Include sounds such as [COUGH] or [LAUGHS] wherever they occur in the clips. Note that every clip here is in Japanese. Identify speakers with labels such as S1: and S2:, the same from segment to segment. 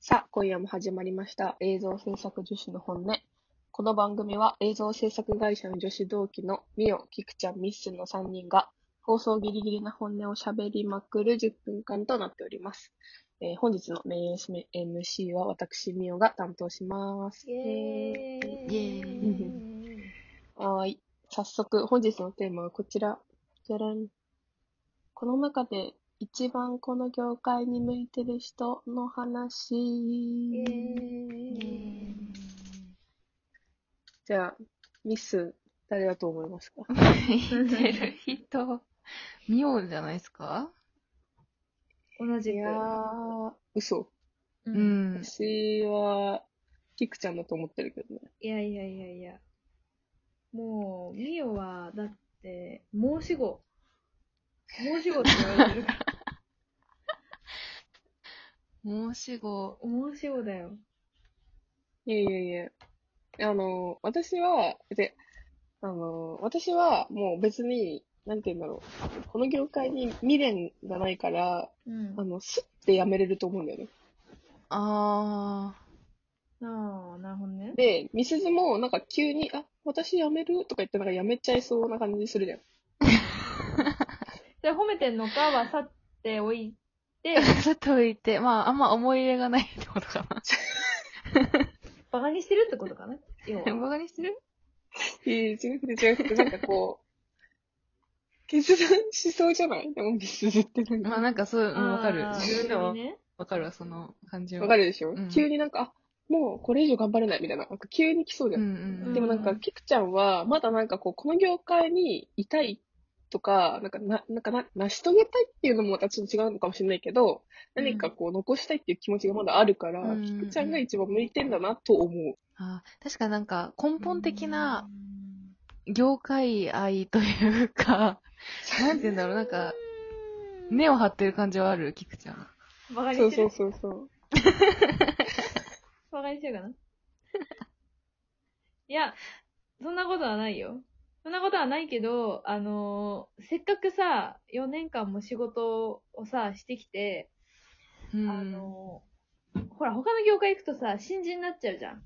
S1: さあ、今夜も始まりました。映像制作女子の本音。この番組は映像制作会社の女子同期のミオ、キクちゃん、ミッスンの3人が放送ギリギリな本音を喋りまくる10分間となっております。えー本日のメイン MC は私、ミオが担当します。
S2: イエーイ
S3: イエ
S1: ーはーい。早速、本日のテーマはこちら。じゃらん。この中で一番この業界に向いてる人の話。
S2: イエーイ
S1: じゃあ、ミス、誰だと思いますか
S3: [LAUGHS] 見てる人、見ようじゃないですか
S2: 同じ
S1: い
S2: く
S1: やー、嘘。
S2: う。
S3: うんん。
S1: 私は、キクちゃんだと思ってるけどね。
S2: いやいやいやいや。もう、ミオは、だって、申し子。申し子って言われてる [LAUGHS] から。
S3: 申し子。
S2: 申し子だよ。
S1: いやいやいや。あの、私は、で、あの、私はもう別に、なんて言うんだろう。この業界に未練がないから、
S2: うん
S1: あの、スッて辞めれると思うんだよね。
S2: あ
S3: あ
S2: あ、なるほどね。
S1: で、ミスズもなんか急に、あ、私辞めるとか言ってなんか辞めちゃいそうな感じするじゃん。
S2: じゃあ褒めてんのかは去っておいて、
S3: ー。ちょっ [LAUGHS] と置いて、まあ、あんま思い入れがないってことか
S2: バカにしてるってことかな要
S3: な。
S2: は。
S3: バカにしてる
S1: えー、違くて違くて、なんかこう、決断しそうじゃないでもミスズってなん
S3: ま
S1: か
S3: あ、、なんかそう、うんわかる。
S2: あー
S3: 自分でも
S2: そうね
S3: わかるわ、その感じは。
S1: わか
S3: る。
S1: るでしょ、
S3: うん
S1: 急になんか、あ、もうこれ以上頑張れないみたいな、なんか急に来そうじゃ。
S3: うんんうん。
S1: でもなん
S2: う
S1: か、
S2: ん
S1: キクちゃんは、まだなんかこう、この業界にいたいとか、なんかな、なんかな、成し遂げたいっていうのもまたちょっと違うのかもしれないけど、
S2: うん
S1: 何かこう、残したいっていう気持ちがまだあるから、
S3: うん
S1: キクちゃんが一番向いてんだなと思う。
S3: あー確かなんか、根本的な業界愛というか、なんて言うんだろう、なんか、
S2: うん、
S3: 根を張ってる感じはある、キクちゃん。
S2: バカに
S1: そう
S2: して
S1: そうそ
S2: る。
S1: うそう。
S2: バカにしてるかな [LAUGHS] いや、そんなことはないよ。そんなことはないけど、あのーせっかくさ、4年間も仕事をさ、してきて、
S3: うん。
S2: あのーほら、他の業界行くとさ、新人になっちゃうじゃん。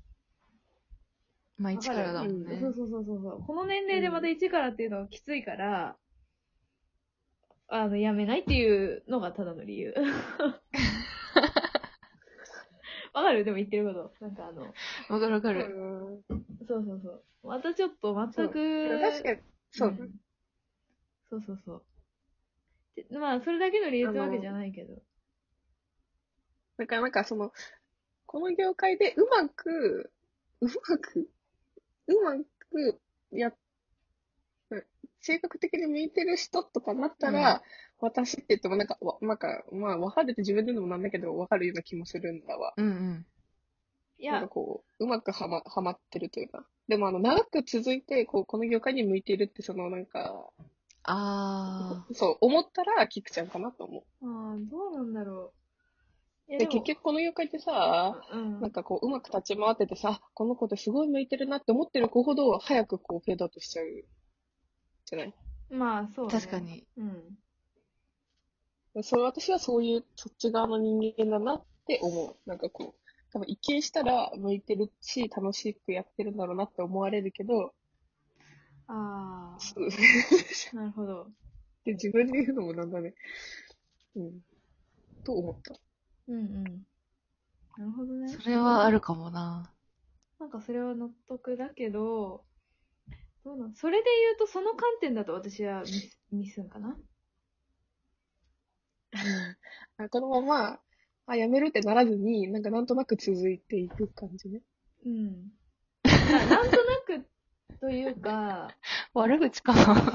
S3: まあ、一からだもん
S1: わか
S3: ね
S2: そう。そうそうそうそう。この年齢でまた一からっていうのはきついから、あの、やめないっていうのがただの理由。わかるでも言ってること。なんかあの、
S3: わかるわか
S1: う
S3: る。
S1: ん
S2: そうそうそう。またちょっと全く。
S1: 確かに、そう、
S2: んそうそうそう。でまあ、それだけの理由ってわけじゃないけど。
S1: なんか、なんかその、この業界でうまく、うまく、うまく、や、性格的に向いてる人とかなったら、私って言ってもなんか、わなんか、まあ、わかるって自分で言うのもなんだけど、わかるような気もするんだわ。
S3: うんうん。
S2: い
S1: なん
S2: や
S1: か、こう、うまくはま、はまってるというか。でも、あの、長く続いて、こう、この業界に向いてるって、その、なんか、
S3: あ
S1: そう、思ったら、キクちゃんかなと思。
S2: あーどうなんだろう。いうや
S1: で、
S2: も
S1: 結局この業界ってさ、
S2: うん
S1: なん。かこう、うまく立ち回っててさ、この子ってすごい向いてるなって思ってる子ほど、早くこう、フェードアウトしちゃう。じゃない
S2: まあ、そう、
S3: あ。
S2: ね。
S3: 確か。に。
S2: うん。
S1: それ私はそういう、そっち側の人間だなって思う。なんかこう、多分一見したら向いてるし、楽しくやってるんだろうなって思われるけど、
S2: あ
S1: そう [LAUGHS] っ
S2: あ、なるほど。
S1: て自分で言うのもなんだね。うん。と思った。
S2: うんうん。なるほどね。
S3: それはあるかもな。
S2: なんかそれは納得だけど、どうなんそれで言うと、その観点だと私はミスミスんかな。
S1: あこのまま、あ、やめるってならずに、なんかなんとなく続いていく感じね。 [LAUGHS]
S2: うん。ななんとなくというか、
S3: 悪口かな。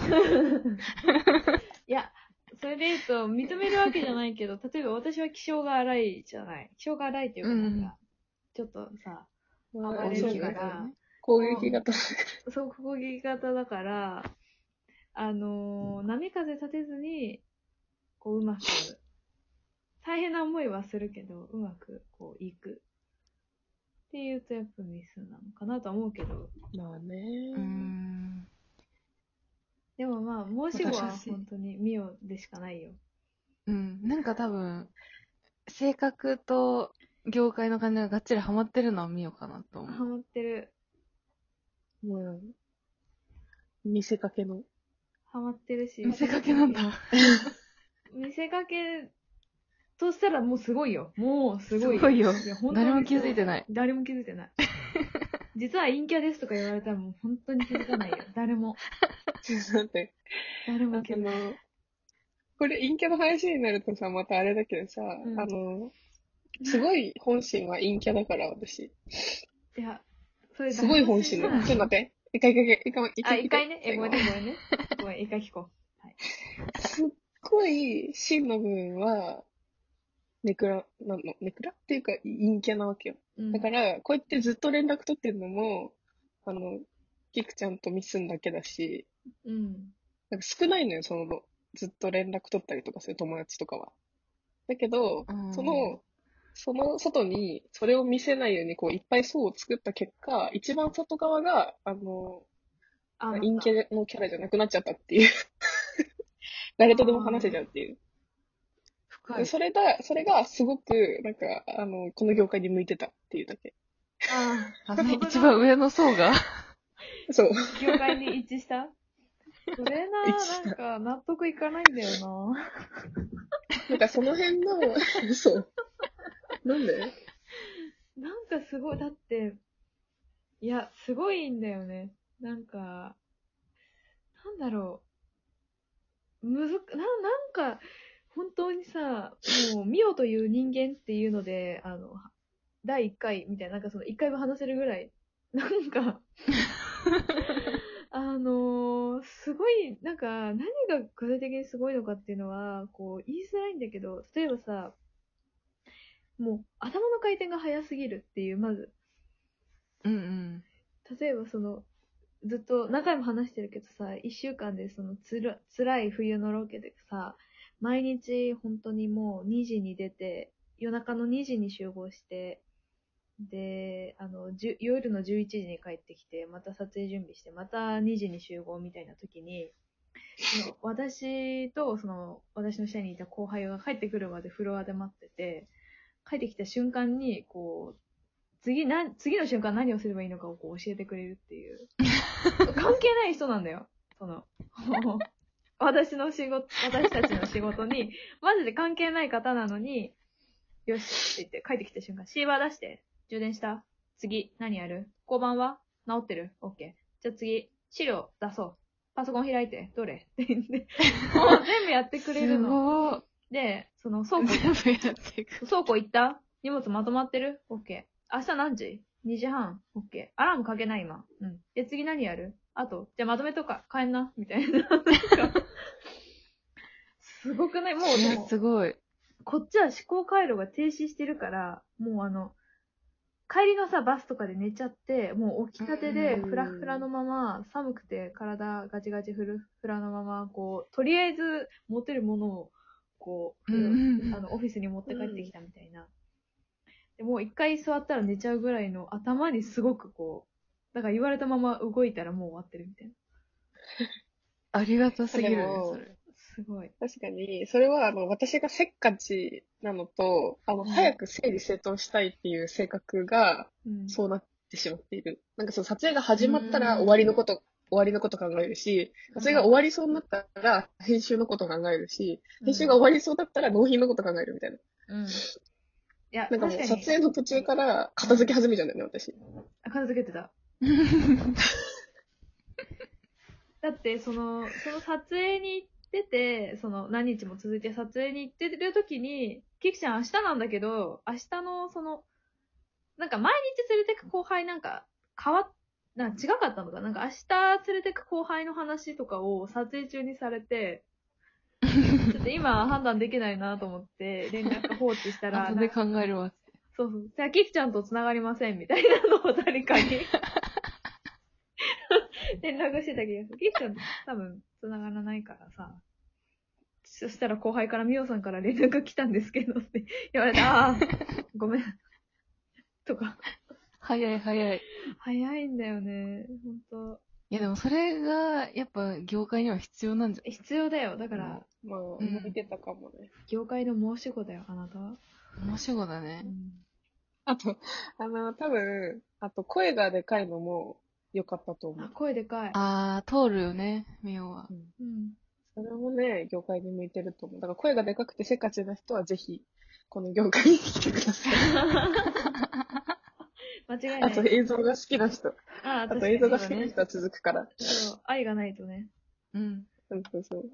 S2: いや、それで言うと、認めるわけじゃない
S3: [LAUGHS]
S2: けど、例えば私は気性が荒いじゃない。気性が荒いっていうか、
S3: うん
S2: な
S3: うん
S2: んか、ちょっとさ、
S1: ま
S2: あれ
S3: そ
S2: だ
S3: う
S2: か
S3: だ
S2: ら
S3: よね
S1: 攻撃が高
S2: そう、こぎ方だから、あのー波風立てずに、こう、うまく、大変な思いはするけど、うまく、こう、いく。っていうと、やっぱミスなのかなとは思うけど、
S1: い。まあね。
S3: うーん。
S2: でもまあ、申し子は
S3: 私
S2: 本当にミオでしかないよ。
S3: うん。なんか多分、性格と業界の感じががっちりハマってるのは見ようかなと思
S2: ハ
S3: う。
S2: マってる。
S1: もう、見せかけの。
S2: ハマってるし。
S3: 見せかけなんだ。
S2: 見せかけとしたらもうすごいよ。もうすごい。
S3: すごいよ
S2: や本当に
S3: 誰も気づいてない。
S2: 誰も気づい
S1: [LAUGHS]
S2: てない。実は陰キャですとか言われたらもう本当に気づかないよ。誰も。
S1: ちょっと [LAUGHS] 待って。
S2: 誰
S1: あ [LAUGHS]
S2: も気づかない。
S1: の、これ陰キャの話になるとさ、またあれだけどさ、
S2: ん
S1: あの、すごい本心は陰キャだから、私。
S2: いや、それ
S1: すごい本心
S2: だ
S1: だ。
S2: よ
S1: ちょっと待って。一回一回一回一
S2: あ、
S1: 回
S2: 一回ね。え、ごめん
S1: す
S2: ね、ごめんね。ごめん、一回聞こ
S1: っごい真の部分は、ネクラ、なの、ネクラっていうか陰キャなわけよ。
S2: う。うん
S1: だから、こうやってずっと連絡取ってるのも、あの、キクちゃんとミスんだけだし、
S2: うん。
S1: なんか少ないのよ、その、ずっと連絡取ったりとかする友達とかは。だけど
S3: うん、
S1: その、その外に、それを見せないように、こう、いっぱい層を作った結果、一番外側が、あの、
S2: あ
S1: 陰キャのキャラじゃなくなっちゃったっていう。 [LAUGHS] 誰とでも話せちゃうっていう。
S3: 深い。
S1: それだ、それがすごく、なんか、あの、この業界に向いてたっていうだけ。
S2: あ
S3: あその一番上の層が。
S1: そう。
S2: ー、業界に一致したそれな、
S1: 一致し
S2: なんか納得いかないんだよな。
S1: なんかその辺の、 [LAUGHS]
S3: [LAUGHS]
S1: そう。なん [LAUGHS] で
S2: なんかすごい、だって、いや、すごいんだよね。なんか、なんだろう。むずく、な、なんか、本当にさ、もう、ミオという人間っていうので、あの、第1回みたいな、なんかその1回分話せるぐらい、なんか、あのーすごい、なんか、何が具体的にすごいのかっていうのは、こう、言いづらいんだけど、例えばさ、もう、頭の回転が早すぎるっていう、まず、
S3: うんうん。
S2: 例えばそのずっと何回も話してるけどさ1週間でそのつら辛い冬のロケでさ毎日本当にもう2時に出て夜中の2時に集合してであのじゅ夜の11時に帰ってきてまた撮影準備してまた2時に集合みたいな時にその私とその私の下にいた後輩が帰ってくるまでフロアで待ってて帰ってきた瞬間にこう次な、次の瞬間何をすればいいのかをこう教えてくれるっていう。
S3: [LAUGHS]
S2: 関係ない人なんだよ。その、 [LAUGHS] 私の仕事、私たちの仕事に、マジで関係ない方なのに、よしって言って帰ってきた瞬間、シーバー出して、充電した次、何やる交番は治ってる ?OK。じゃあ次、資料出そう。パソコン開いて、どれって言っ
S3: [LAUGHS]
S2: て、もう全部やってくれる
S3: す
S2: の。
S3: ごー
S2: で、その倉庫
S3: 全部 [LAUGHS] やっていく。
S2: 倉庫行った荷物まとまってる ?OK。明日何時 ?2 時半 ?OK。アラームかけない今。うん。で、次何やるあと、じゃあまとめとくか。帰んな。みたいな。 [LAUGHS] なんかすごくないもう、
S3: い
S2: で
S3: や、
S2: も
S3: すごい。
S2: こっちは思考回路が停止してるから、もうあの、帰りのさ、バスとかで寝ちゃって、もう起きたてで、
S1: うん
S2: フラフラのまま、寒くて体ガチガチフルフラのまま、こう、とりあえず持てるものを、こう、
S3: うん
S2: あの、オフィスに持って帰ってきたみたいな。でもう一回座ったら寝ちゃうぐらいの頭にすごくこう、だから言われたまま動いたらもう終わってるみたいな。
S3: ありがたすぎるね
S1: でも、
S3: それ。
S2: すごい。
S1: 確かに、それは、あの、私がせっかちなのと、あの、
S2: うん
S1: 早く整理整頓したいっていう性格が、
S2: うん。
S1: そうなってしまっている。なんかその撮影が始まったら
S3: うん
S1: 終わりのこと、終わりのこと考えるし、
S2: うん
S1: 撮影が終わりそうになったら編集のこと考えるし、
S2: うん
S1: 編集が終わりそうだったら納品のこと考えるみたいな。
S2: うん。いや、
S1: なんかも
S2: 確
S1: う
S2: か
S1: 撮
S2: に。
S1: 影の途中から片付け始めちゃうんだよね、私。
S2: あ片付けてた。だって、その、その撮影に行ってて、その何日も続いて撮影に行ってる時に、キキちゃん明日なんだけど、明日のその、なんか毎日連れてく後輩なんか変わっ、なんか違かったのかなんか明日連れてく後輩の話とかを撮影中にされ
S3: [LAUGHS]
S2: て、ちょっと今判断できないなと思って連絡放置したら、
S3: 後で考えるわ。
S2: そうそう。じゃあ、キキちゃんと繋がりません、みたいなのを誰かに連絡してた気がする。キキちゃんと多分繋がらないからさ。そしたら後輩からミオさんから連絡が来たんですけどって言われた。ああ、ごめん。とか。
S3: 早い早い。
S2: 早いんだよね。ほんと。
S3: いや、でもそれが、やっぱ業界には必要なんじゃ
S2: 必要だよ。だから、
S1: まあ、
S3: ん
S1: 向いてたかもね。
S2: 業界の申し子だよ、あなたは。
S3: 面白いだ
S2: う
S3: ね。
S2: ん
S1: あと、あの、多分、あと声がでかいのも良かったと思
S2: あ、
S1: う。
S2: 声でかい。
S3: あー、通るよね、ミオは。
S2: うん。
S1: それもね、業界に向いてると思う。だから声がでかくてせっかちな人はぜひ、この業界に来てください。
S2: 間違いな
S1: あ
S2: い。
S1: と映像が好きな人。
S2: あ
S1: あ
S2: あ
S1: と
S2: 確かに
S1: 映
S2: そ
S1: 像
S2: う
S1: が
S2: だ
S1: 好きな
S2: ね
S1: 人。は続くから。
S2: そう、愛がないとね。
S3: うん。
S1: そうそうそう。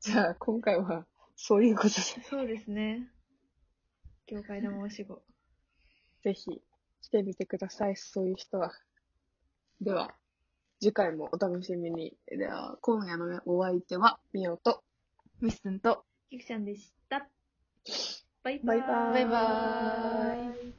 S1: じゃあ、今回は、そういうことで、
S2: そうですね。業界の申し子。
S1: ぜひ、来てみてください、そういう人は。では、次回もお楽しみに。では、今夜のお相手は、みおと、
S3: ミスンと、
S2: キクちゃんでした。バイ
S1: バ
S2: バ
S1: イバーイ
S2: イ。
S3: バイバーイ
S2: イ。